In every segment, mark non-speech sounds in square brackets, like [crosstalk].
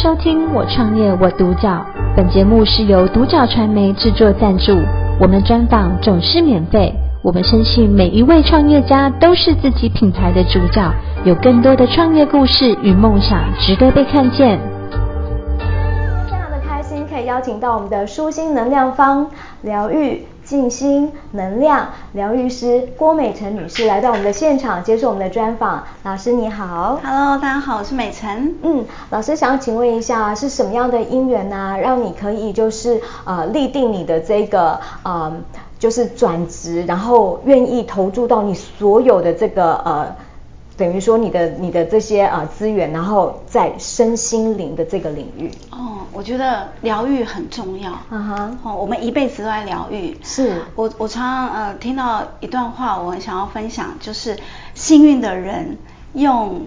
收听《我创业我独角》，本节目是由独角传媒制作赞助，我们专访总是免费。我们深信每一位创业家都是自己品牌的主角，有更多的创业故事与梦想值得被看见。非常的开心可以邀请到我们的舒心能量方疗愈。静心能量疗愈师郭美辰女士来到我们的现场接受我们的专访。老师你好，Hello，大家好，我是美辰。嗯，老师想请问一下，是什么样的因缘呢、啊，让你可以就是呃立定你的这个呃就是转职，然后愿意投注到你所有的这个呃等于说你的你的这些呃资源，然后在身心灵的这个领域？哦，我觉得疗愈很重要。嗯哼，哦，我们一辈子都在疗愈。啊是我我常常呃听到一段话，我很想要分享，就是幸运的人用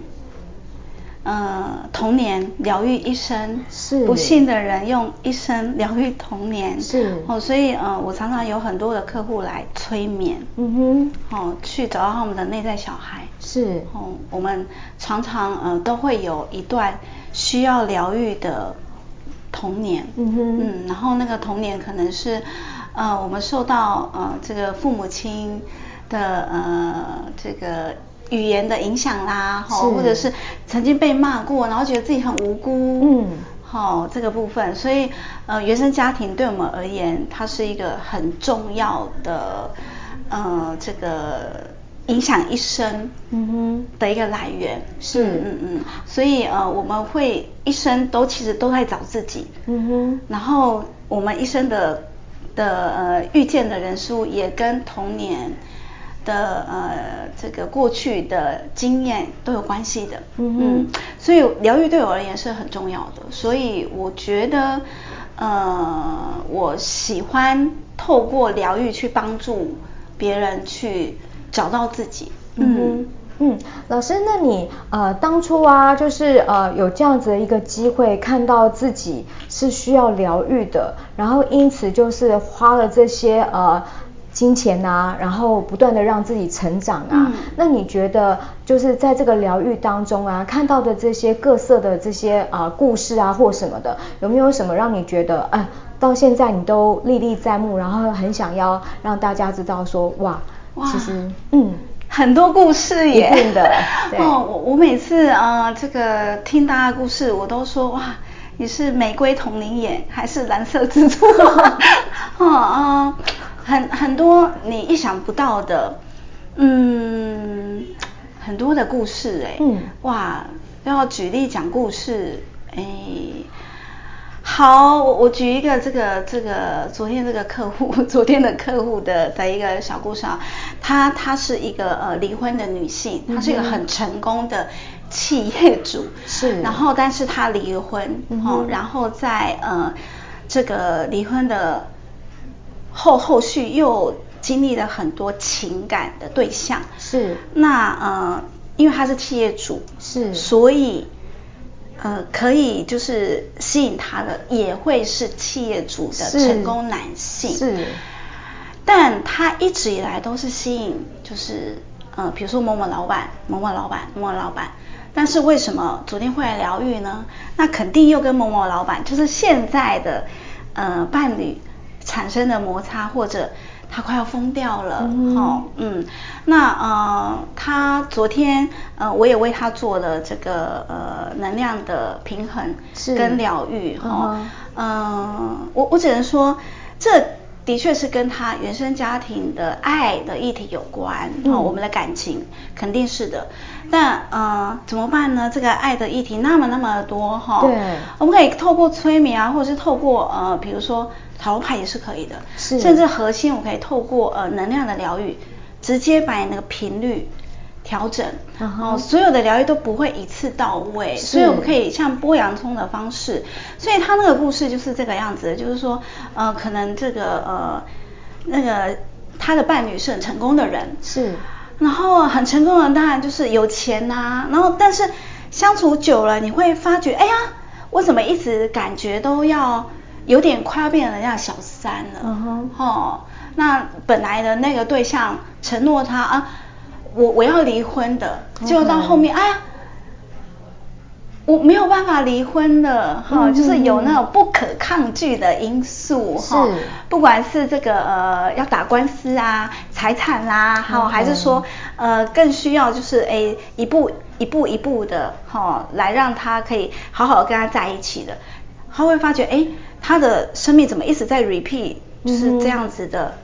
呃童年疗愈一生，是不幸的人用一生疗愈童年。是哦，所以呃我常常有很多的客户来催眠。嗯哼，哦，去找到他们的内在小孩。是哦，我们常常呃都会有一段需要疗愈的童年，嗯哼嗯，然后那个童年可能是呃我们受到呃这个父母亲的呃这个语言的影响啦，吼是或者是曾经被骂过，然后觉得自己很无辜，嗯好、这个部分，所以呃原生家庭对我们而言，它是一个很重要的呃这个影响一生，嗯哼的一个来源，是嗯嗯嗯，所以呃我们会一生都其实都在找自己，嗯哼然后我们一生的的呃遇见的人数也跟童年的呃这个过去的经验都有关系的，嗯哼所以疗愈对我而言是很重要的，所以我觉得呃我喜欢透过疗愈去帮助别人去找到自己，嗯哼，嗯，老师，那你呃当初啊，就是呃有这样子的一个机会，看到自己是需要疗愈的，然后因此就是花了这些呃金钱啊，然后不断的让自己成长啊。嗯那你觉得就是在这个疗愈当中啊，看到的这些各色的这些呃故事啊或什么的，有没有什么让你觉得哎、到现在你都历历在目，然后很想要让大家知道说哇，哇其实嗯。很多故事耶，一定的 [laughs] 对哦，我我每次啊、呃这个听大家的故事，我都说哇，你是玫瑰同龄眼还是蓝色蜘 [laughs] 蛛？哦啊、呃很很多你意想不到的，嗯，很多的故事哎，嗯哇，要举例讲故事，哎。好，我我举一个这个这个昨天这个客户， [laughs] 昨天的客户的的一个小故事啊，她她是一个呃离婚的女性，嗯她是一个很成功的企业主，是然后但是她离了婚，嗯哦哼，然后在呃这个离婚的后后续又经历了很多情感的对象，是那呃因为她是企业主，是所以，呃，可以就是吸引他的也会是企业主的是成功男性，是，但他一直以来都是吸引就是呃，比如说某某老板、某某老板、某某老板，但是为什么昨天会来疗愈呢？那肯定又跟某某老板就是现在的呃伴侣产生的摩擦或者。他快要疯掉了，嗯哦，嗯，那呃，他昨天呃，我也为他做了这个呃能量的平衡是跟疗愈，哦嗯哼，嗯，我我只能说，这的确是跟他原生家庭的爱的议题有关、哦，嗯我们的感情肯定是的。但呃，怎么办呢？这个爱的议题那么那么多哈、对我们可以透过催眠啊，或者是透过呃，比如说塔罗牌也是可以的，是甚至核心我们可以透过呃能量的疗愈，直接把你那个频率调整，嗯哼哦，所有的疗愈都不会一次到位，所以我们是可以。可以像剥洋葱的方式，所以他那个故事就是这个样子，就是说，呃，可能这个呃，那个他的伴侣是很成功的人，是然后很成功的人当然就是有钱呐、然后但是相处久了，你会发觉，哎呀，我怎么一直感觉都要有点快要变成人家的小三了，嗯哼哦，那本来的那个对象承诺他嗯啊，我我要离婚的，结果到 OK 后面，哎呀。我没有办法离婚的哈、嗯就是有那种不可抗拒的因素哈、是不管是这个呃要打官司啊、财产啦、哈、嗯还是说呃更需要就是诶一步一步一步的哈、来让他可以好好地跟他在一起的，他会发觉诶他的生命怎么一直在 repeat，就是这样子的，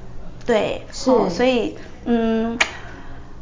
对，嗯是哦所以嗯。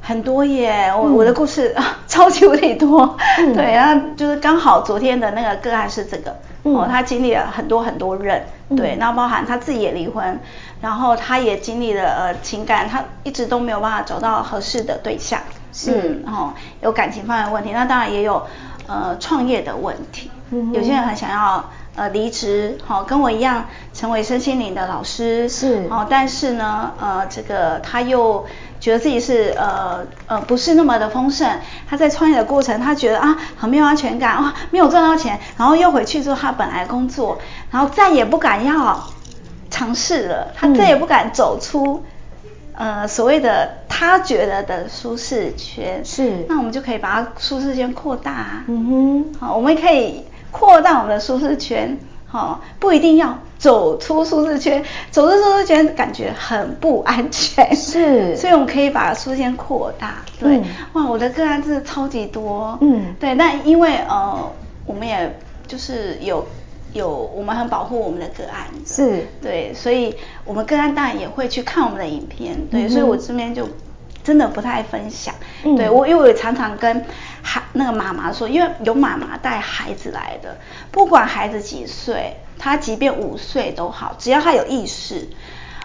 很多耶，嗯我、我的故事啊超级无敌多，对，然后就是刚好昨天的那个个案是这个，嗯哦，他经历了很多很多人，对，那包含他自己也离婚，然后他也经历了呃情感，他一直都没有办法找到合适的对象，是嗯哦，有感情方面的问题，那当然也有呃创业的问题，嗯哼有些人很想要呃离职，好、跟我一样成为身心灵的老师，是哦，但是呢，呃，这个他又觉得自己是呃呃不是那么的丰盛，他在创业的过程，他觉得啊很没有安全感啊，没有赚到钱，然后又回去做他本来的工作，然后再也不敢要尝试了，他嗯再也不敢走出。呃，所谓的他觉得的舒适圈是那我们就可以把它舒适圈扩大、啊。嗯哼，好，我们可以扩大我们的舒适圈，好、不一定要走出舒适圈，走出舒适圈感觉很不安全，是 [laughs] 所以我们可以把舒适圈扩大，对，嗯哇，我的个案真的超级多，嗯对，但因为呃，我们也就是有有我们很保护我们的个案，是对，所以我们个案当然也会去看我们的影片，嗯对，哼所以我这边就真的不太分享。嗯对我，因为我也常常跟孩那个妈妈说，因为有妈妈带孩子来的，不管孩子几岁，他即便五岁都好，只要他有意识。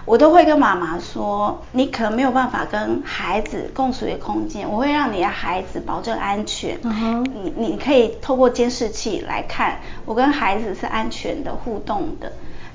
我都会跟妈妈说，你可能没有办法跟孩子共处一个空间，我会让你的孩子保证安全。嗯哼你你可以透过监视器来看，我跟孩子是安全的互动的，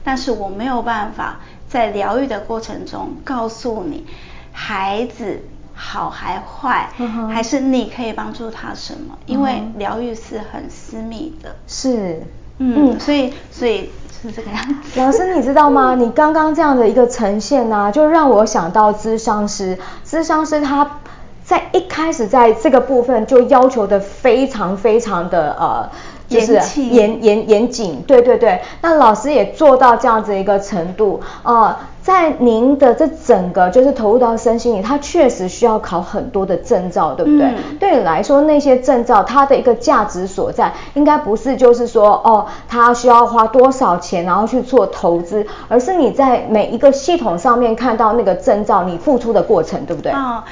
但是我没有办法在疗愈的过程中告诉你，孩子好还坏，嗯哼嗯还是你可以帮助他什么，因为疗愈是很私密的，是，嗯，所以所以是这个样子。老师，你知道吗？嗯你刚刚这样的一个呈现呢、就让我想到咨商师。咨商师他在一开始在这个部分就要求的非常非常的呃，就是严谨严严严谨，对对对。那老师也做到这样子一个程度，呃，在您的这整个就是投入到身心里，他确实需要考很多的证照，对不对？嗯对你来说，那些证照它的一个价值所在，应该不是就是说哦，他需要花多少钱然后去做投资，而是你在每一个系统上面看到那个证照你付出的过程，对不对？哦，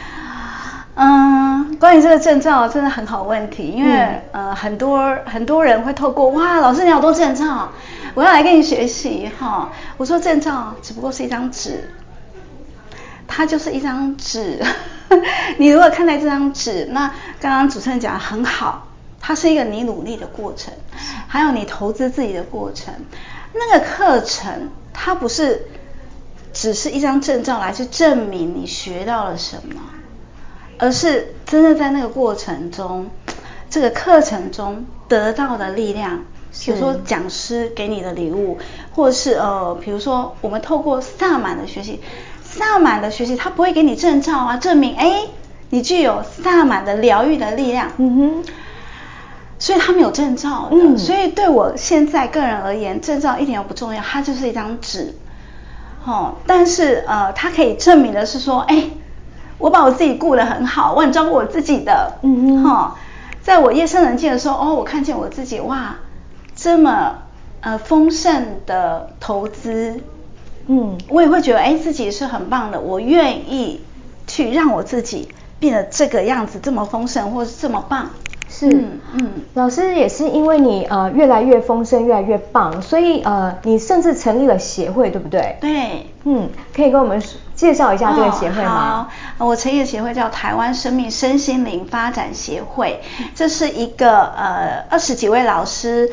嗯，关于这个证照，真的很好问题，因为、呃，很多很多人会透过哇，老师你好多证照，我要来跟你学习哈、我说证照只不过是一张纸，它就是一张纸。 [laughs] 你如果看待这张纸，那刚刚主持人讲得很好，它是一个你努力的过程，还有你投资自己的过程。那个课程它不是只是一张证照来去证明你学到了什么，而是真的在那个过程中，这个课程中得到的力量。比如说是讲师给你的礼物，或者是呃，比如说我们透过萨满的学习，萨满的学习它不会给你证照啊，证明哎你具有萨满的疗愈的力量，嗯哼，所以他们有证照的，嗯所以对我现在个人而言，证照一点都不重要，它就是一张纸。哦，但是呃，它可以证明的是说，哎，我把我自己顾得很好，我很照顾我自己的。嗯哼哦，在我夜深人静的时候，哦，我看见我自己，哇，这么呃丰盛的投资，嗯，我也会觉得，哎，自己是很棒的，我愿意去让我自己变得这个样子，这么丰盛或是这么棒。是。嗯嗯老师也是因为你呃越来越丰盛，越来越棒，所以呃你甚至成立了协会，对不对？对。嗯，可以跟我们介绍一下这个协会吗哦？、好，我成立的协会叫台湾生命身心灵发展协会，嗯这是一个呃二十几位老师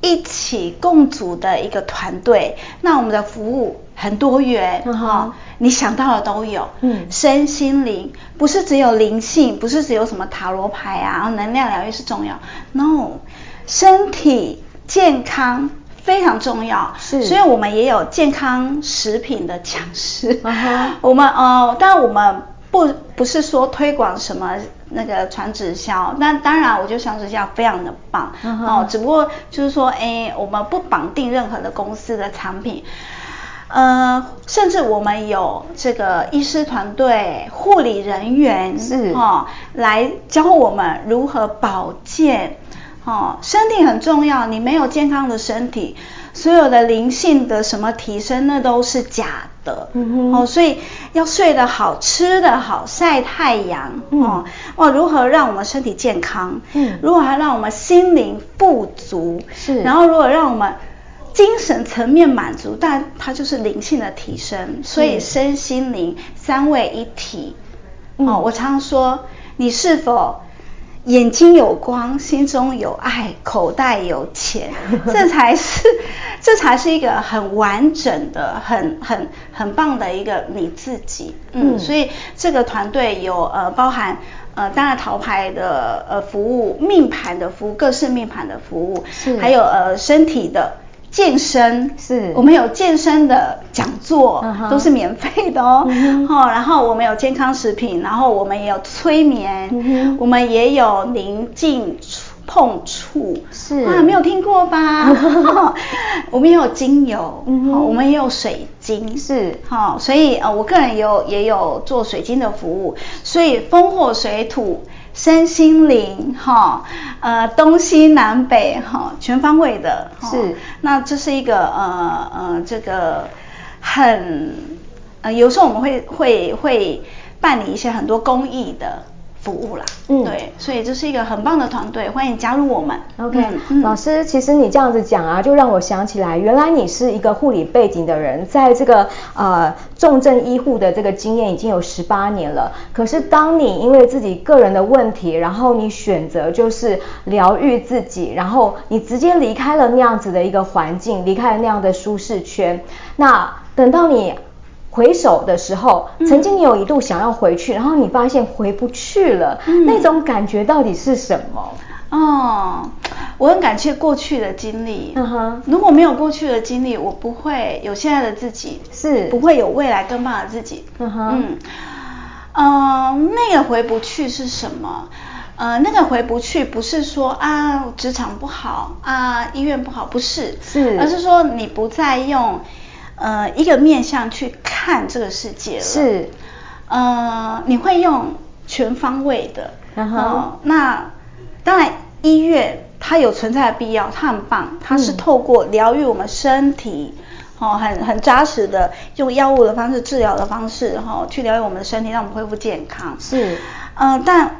一起共组的一个团队。那我们的服务很多元哈、嗯哼你想到的都有。嗯身心灵不是只有灵性，不是只有什么塔罗牌啊，然后能量疗愈是重要。No，身体健康。非常重要，是所以我们也有健康食品的讲师， [laughs] 嗯哼我们呃，但我们不不是说推广什么那个传直销，那当然我觉得传直销非常的棒、嗯哼哦，只不过就是说，哎，我们不绑定任何的公司的产品。呃，甚至我们有这个医师团队、护理人员是哦，来教我们如何保健。哦，身体很重要，你没有健康的身体，所有的灵性的什么提升，那都是假的。嗯哼哦，所以要睡得好，吃得好，晒太阳。嗯哦，哦，如何让我们身体健康？嗯如何让我们心灵富足？是然后如果让我们精神层面满足，但它就是灵性的提升，所以身心灵三位一体。嗯哦，我常说，你是否眼睛有光，心中有爱，口袋有 [laughs] 钱，这才是这才是一个很完整的、很很很棒的一个你自己。嗯，嗯所以这个团队有呃包含。呃，当然，桃牌的呃服务、命盘的服务、各式命盘的服务，是还有呃身体的健身，是我们有健身的讲座嗯哼都是免费的哦，嗯哼哦，然后我们有健康食品，然后我们也有催眠，嗯哼我们也有宁静触碰触，是啊，没有听 [laughs] 过吧？我们也有精油，嗯哼哦我们也有水晶，是好、所以呃，我个人有也有做水晶的服务，所以风火水土、身心灵，哈、呃，东西南北，哈、全方位的，哈是那这是一个呃呃，这个很呃，有时候我们会会会办理一些很多公益的服务啦，嗯对，所以这是一个很棒的团队，欢迎加入我们。 OK，、嗯嗯老师，其实你这样子讲啊，就让我想起来，原来你是一个护理背景的人，在这个呃重症医护的这个经验已经有十八年了。可是当你因为自己个人的问题，然后你选择就是疗愈自己，然后你直接离开了那样子的一个环境，离开了那样的舒适圈，那等到你。回首的时候，嗯曾经你有一度想要回去，然后你发现回不去了，嗯那种感觉到底是什么？哦，我很感谢过去的经历。嗯哼如果没有过去的经历，我不会有现在的自己，是不会有未来更棒的自己。嗯哼嗯，呃，那个回不去是什么？呃，那个回不去不是说啊职场不好啊医院不好，不是，是而是说你不再用呃一个面向去看这个世界了。是，呃，你会用全方位的，嗯哼哦那当然医院它有存在的必要，它很棒，它是嗯透过疗愈我们身体。哦，很很扎实的用药物的方式、治疗的方式，哦，去疗愈我们的身体，让我们恢复健康。是呃，但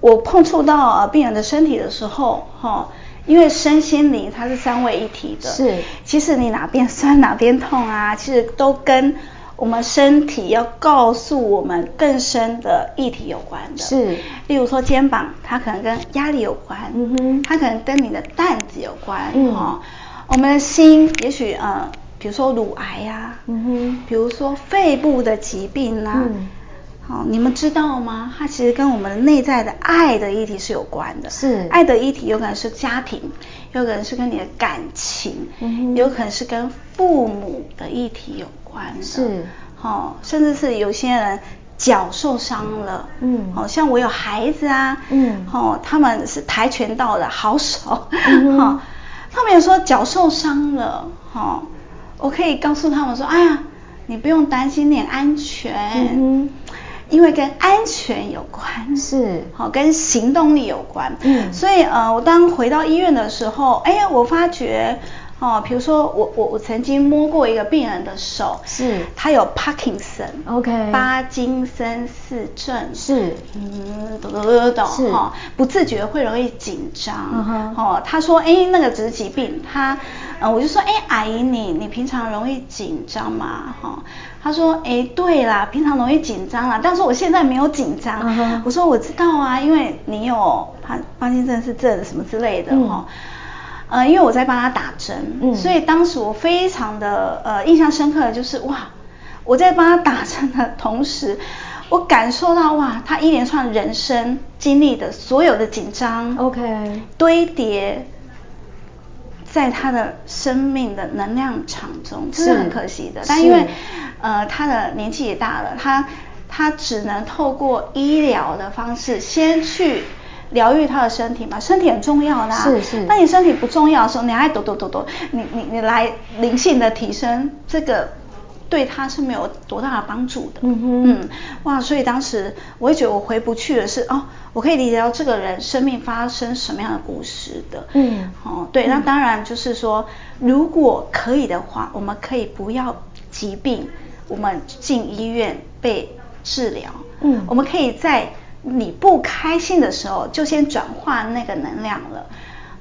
我碰触到呃病人的身体的时候，哈、因为身心灵它是三位一体的，是其实你哪边酸哪边痛啊，其实都跟我们身体要告诉我们更深的议题有关的。是例如说肩膀，它可能跟压力有关，嗯哼它可能跟你的担子有关，嗯哦，我们的心，也许呃，比如说乳癌呀、嗯哼比如说肺部的疾病啦、嗯好、你们知道吗？它其实跟我们内在的爱的议题是有关的。是爱的议题有可能是家庭，有可能是跟你的感情，嗯哼有可能是跟父母的议题有关的。是哦，甚至是有些人脚受伤了，嗯好、像我有孩子啊，嗯哦，他们是跆拳道的好手， [laughs] 嗯哼哦，他们有说脚受伤了，哦，我可以告诉他们说，哎呀，你不用担心，你很安全，嗯因为跟安全有关，是好、跟行动力有关，嗯所以呃，我当回到医院的时候，哎呀，我发觉。哦，比如说我我我曾经摸过一个病人的手，是他有 Parkinson， ，OK，巴金森氏症是嗯，抖抖抖抖抖是哈，不自觉会容易紧张嗯哼。哦，他说，哎，那个只是疾病，他，呃，我就说，哎，阿姨你你平常容易紧张吗？哈、他说，哎，对啦，平常容易紧张啦，但是我现在没有紧张。嗯哼我说我知道啊，因为你有帕帕金森氏症什么之类的哈。嗯呃，因为我在帮他打针，嗯所以当时我非常的呃印象深刻的就是哇，我在帮他打针的同时，我感受到哇，他一连串人生经历的所有的紧张 OK，堆叠。在他的生命的能量场中，这是是很可惜的。是但因为，呃，他的年纪也大了，他他只能透过医疗的方式先去。疗愈他的身体嘛，身体很重要啦。是是当你身体不重要的时候，你还抖抖抖抖，你你你来灵性的提升，这个对他是没有多大的帮助的。嗯哼嗯，哇，所以当时我会觉得我回不去的是哦，我可以理解到这个人生命发生什么样的故事的。嗯哦，对，那当然就是说，如果可以的话，我们可以不要疾病，我们进医院被治疗。嗯我们可以在你不开心的时候，就先转化那个能量了。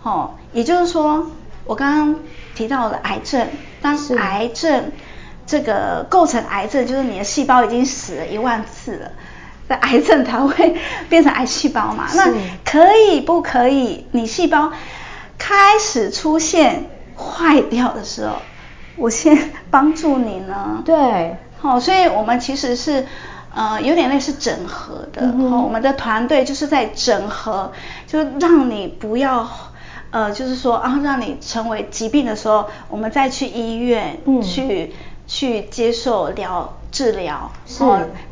哦，也就是说，我刚刚提到了癌症，当是癌症这个构成癌症，就是你的细胞已经死了一万次了。那癌症才会 [laughs] 变成癌细胞嘛？那是可以不可以？你细胞开始出现坏掉的时候，我先帮助你呢？对，好、所以我们其实是呃有点类似整合的，嗯哼哦，我们的团队就是在整合，就是让你不要。呃，就是说啊，让你成为疾病的时候，我们再去医院、嗯去去接受疗治疗。是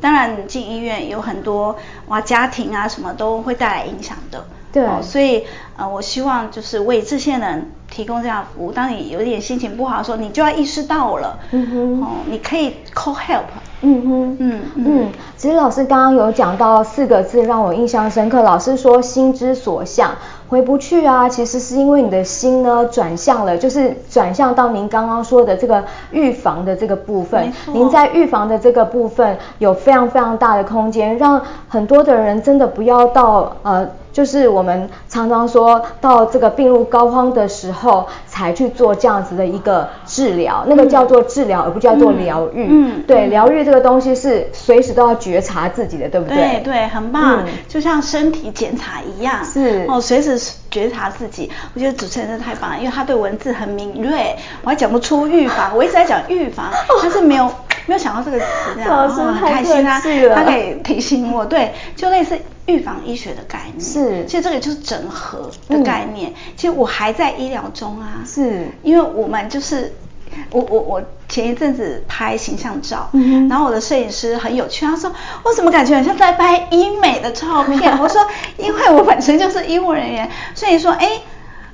当然你进医院有很多哇，家庭啊什么都会带来影响的。对哦所以呃，我希望就是为这些人提供这样的服务。当你有点心情不好的时候，你就要意识到了，嗯哼哦，你可以 call help，嗯哼，嗯嗯嗯，其实老师刚刚有讲到四个字让我印象深刻，老师说心之所向回不去啊，其实是因为你的心呢转向了，就是转向到您刚刚说的这个预防的这个部分没，错您在预防的这个部分有非常非常大的空间，让很多的人真的不要到呃。就是我们常常说到这个病入膏肓的时候，才去做这样子的一个治疗，那个叫做治疗，而不叫做嗯疗愈。嗯对，疗愈这个东西是随时都要觉察自己的，对不对对？对，很棒，嗯就像身体检查一样，是哦，随时觉察自己。我觉得主持人真的太棒了，因为他对文字很敏锐，我还讲不出预防，我一直在讲 [laughs] 预防，但是没有没有想到这个词，这样老师哦很太开心啊客气了，他可以提醒我，对，就类似预防医学的概念，是嗯其实这个就是整合的概念。其实我还在医疗中啊，是因为我们就是我我我前一阵子拍形象照，嗯哼然后我的摄影师很有趣，他说我怎么感觉很像在拍医美的照片？ [laughs] 我说因为我本身就是医务人员，所以说哎。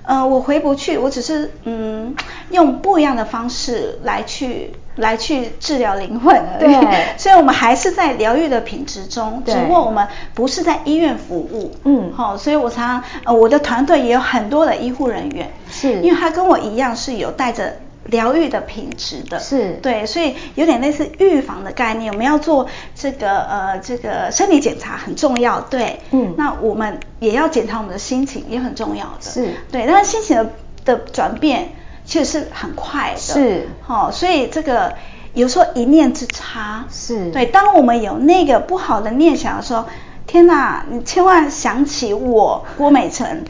呃，我回不去，我只是嗯，用不一样的方式来去来去治疗灵魂而已。对 [laughs] 所以我们还是在疗愈的品质中，只对不过我们不是在医院服务。嗯好、所以我常常呃，我的团队也有很多的医护人员，是因为他跟我一样是有带着疗愈的品质的，是对，所以有点类似预防的概念，我们要做这个呃这个身体检查很重要，对，嗯那我们也要检查我们的心情也很重要的，是对，但是心情的的转变其实是很快的，是哦，所以这个有时候一念之差，是对，当我们有那个不好的念想的时候。天呐，你千万想起我郭美 [laughs] 辰，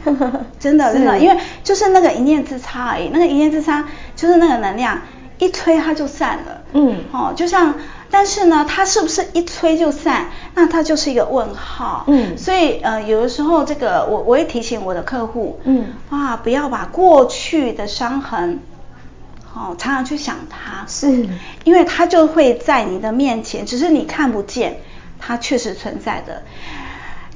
真的真的，是因为就是那个一念之差而已，那个一念之差就是那个能量一吹它就散了，嗯哦，就像，但是呢，它是不是一吹就散，那它就是一个问号，嗯所以呃，有的时候这个我我会提醒我的客户，嗯哇，不要把过去的伤痕，哦，常常去想它，是因为它就会在你的面前，只是你看不见，它确实存在的。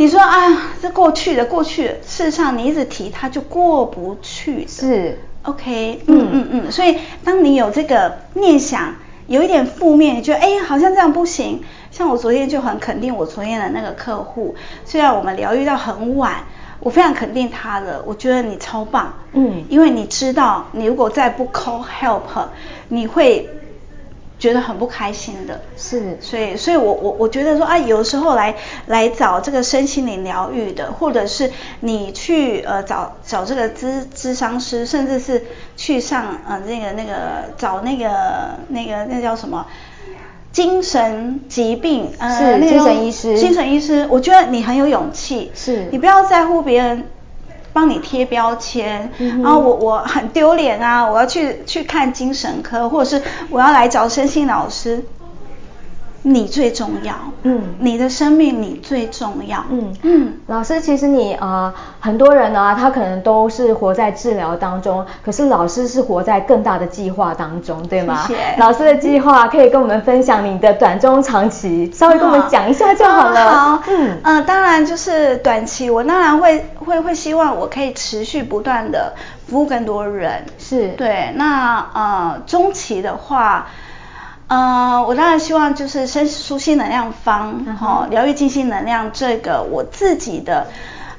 你说啊，这过去的过去的，事实上你一直提它就过不去的。是 OK，嗯嗯嗯嗯，所以当你有这个念想，有一点负面，你觉得哎，好像这样不行。像我昨天就很肯定我昨天的那个客户，虽然我们疗愈到很晚，我非常肯定他的，我觉得你超棒，嗯因为你知道，你如果再不 call help，你会觉得很不开心的。是所以，所以我我我觉得说啊，有时候来来找这个身心灵疗愈的，或者是你去呃找找这个咨咨商师，甚至是去上呃那个那个找那个那个那叫什么？精神疾病，呃，是那个精神叫医师精神医师，我觉得你很有勇气，是你不要在乎别人帮你贴标签，嗯哼然后我我很丢脸啊，我要去去看精神科，或者是我要来找身心老师，你最重要，嗯你的生命你最重要，嗯嗯，老师，其实你呃，很多人呢、他可能都是活在治疗当中，可是老师是活在更大的计划当中，对吗？谢谢老师的计划可以跟我们分享你的短中长期，稍微跟我们讲一下就好了。嗯好，嗯嗯、呃，当然就是短期，我当然会会会希望我可以持续不断的服务更多人。是，，对，那呃中期的话，呃，我当然希望就是生舒心能量方嗯，哼哦，疗愈静心能量这个我自己的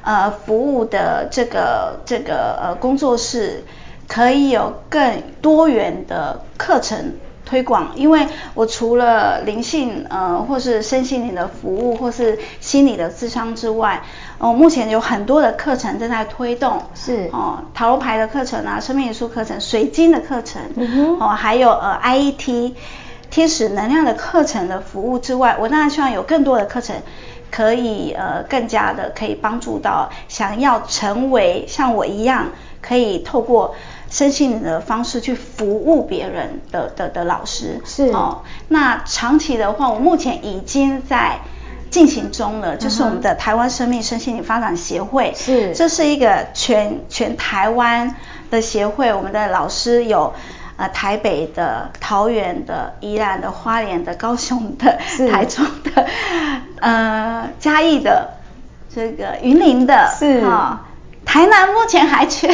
呃服务的这个这个呃工作室，可以有更多元的课程。推广，因为我除了灵性呃，或是身心灵的服务，或是心理的智商之外，哦、目前有很多的课程正在推动，是哦，塔罗牌的课程啊，生命元素课程、水晶的课程，嗯哼哦，还有呃 IET 天使能量的课程的服务之外，我当然希望有更多的课程可以呃更加的可以帮助到想要成为像我一样，可以透过身心灵的方式去服务别人的的的老师。是哦，那长期的话，我目前已经在。进行中了，就是我们的台湾生命身心灵发展协会，是这是一个全全台湾的协会，我们的老师有。呃，台北的、桃园的、宜兰的、花莲的、高雄的是、台中的、呃嘉义的、这个云林的，是哈、台南目前 [laughs] 还缺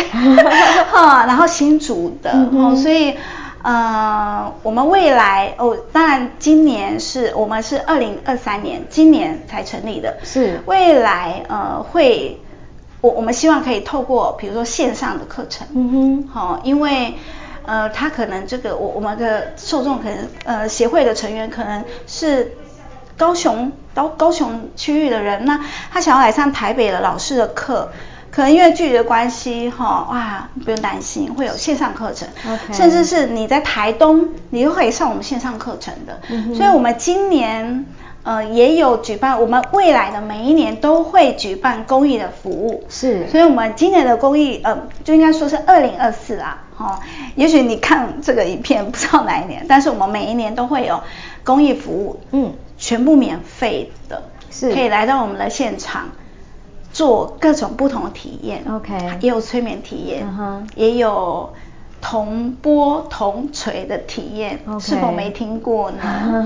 哈、然后新竹的，嗯哼哦，所以呃，我们未来哦，当然今年是我们是二零二三年，今年才成立的，是未来呃会，我我们希望可以透过比如说线上的课程，嗯哼，好、因为呃，他可能这个我我们的受众可能呃协会的成员可能是高雄高高雄区域的人，那他想要来上台北的老师的课。可能因为距离的关系，哈、哇，不用担心，会有线上课程 OK 甚至是你在台东，你就可以上我们线上课程的。嗯哼所以，我们今年呃也有举办，我们未来的每一年都会举办公益的服务。是所以我们今年的公益，呃，就应该说是二零二四啊，哦，也许你看这个影片不知道哪一年，但是我们每一年都会有公益服务，嗯，全部免费的，是可以来到我们的现场做各种不同的体验 OK 也有催眠体验嗯哼也有。铜波铜锤的体验 OK 是否没听 [laughs] 过呢？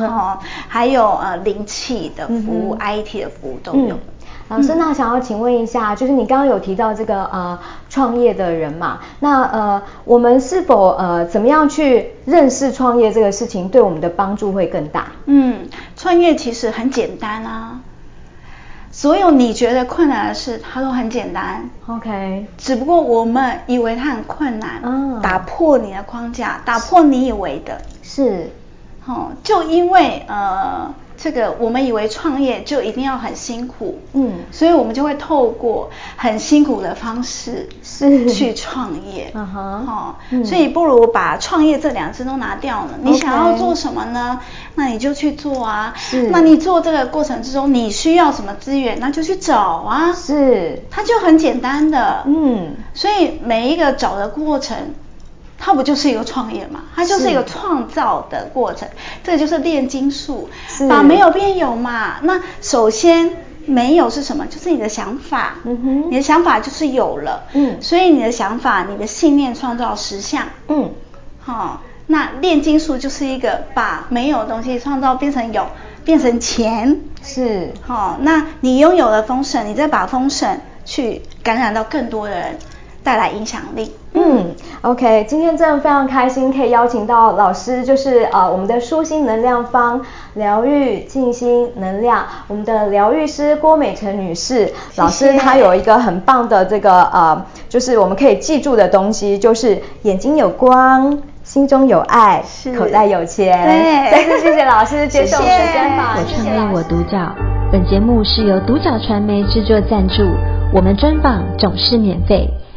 哦，还有呃灵气的服务、嗯 IT 的服务都有。嗯老师，那想要请问一下，就是你刚刚有提到这个呃创业的人嘛，那呃我们是否呃怎么样去认识创业这个事情，对我们的帮助会更大？嗯，创业其实很简单啊，所有你觉得困难的事，它都很简单。 OK，只不过我们以为它很困难，嗯打破你的框架，打破你以为的，是，哦，就因为呃，这个我们以为创业就一定要很辛苦，嗯所以我们就会透过很辛苦的方式是去创业，嗯哼哦，嗯所以不如把创业这两字都拿掉了。你 OK 想要做什么呢？那你就去做啊是。那你做这个过程之中，你需要什么资源，那就去找啊。，是，它就很简单的，嗯，所以每一个找的过程，它不就是一个创业嘛？它就是一个是创造的过程，这个就是炼金术是，把没有变有嘛。那首先没有是什么？就是你的想法，嗯哼你的想法就是有了，嗯所以你的想法、你的信念创造实相，嗯，好、那炼金术就是一个把没有的东西创造变成有，变成钱，是，好、那你拥有了丰盛，你再把丰盛去感染到更多的人，带来影响力。嗯，OK，今天真的非常开心，可以邀请到老师，就是呃我们的舒心能量方疗愈静心能量，我们的疗愈师郭美辰女士，老师她有一个很棒的这个呃，就是我们可以记住的东西，就是眼睛有光。心中有爱，是口袋有钱。对 [laughs] 再次谢谢老师接受我们的谢谢专访，我谢创谢业老我师独角。本节目是由独角传媒制作赞助，我们专访总是免费。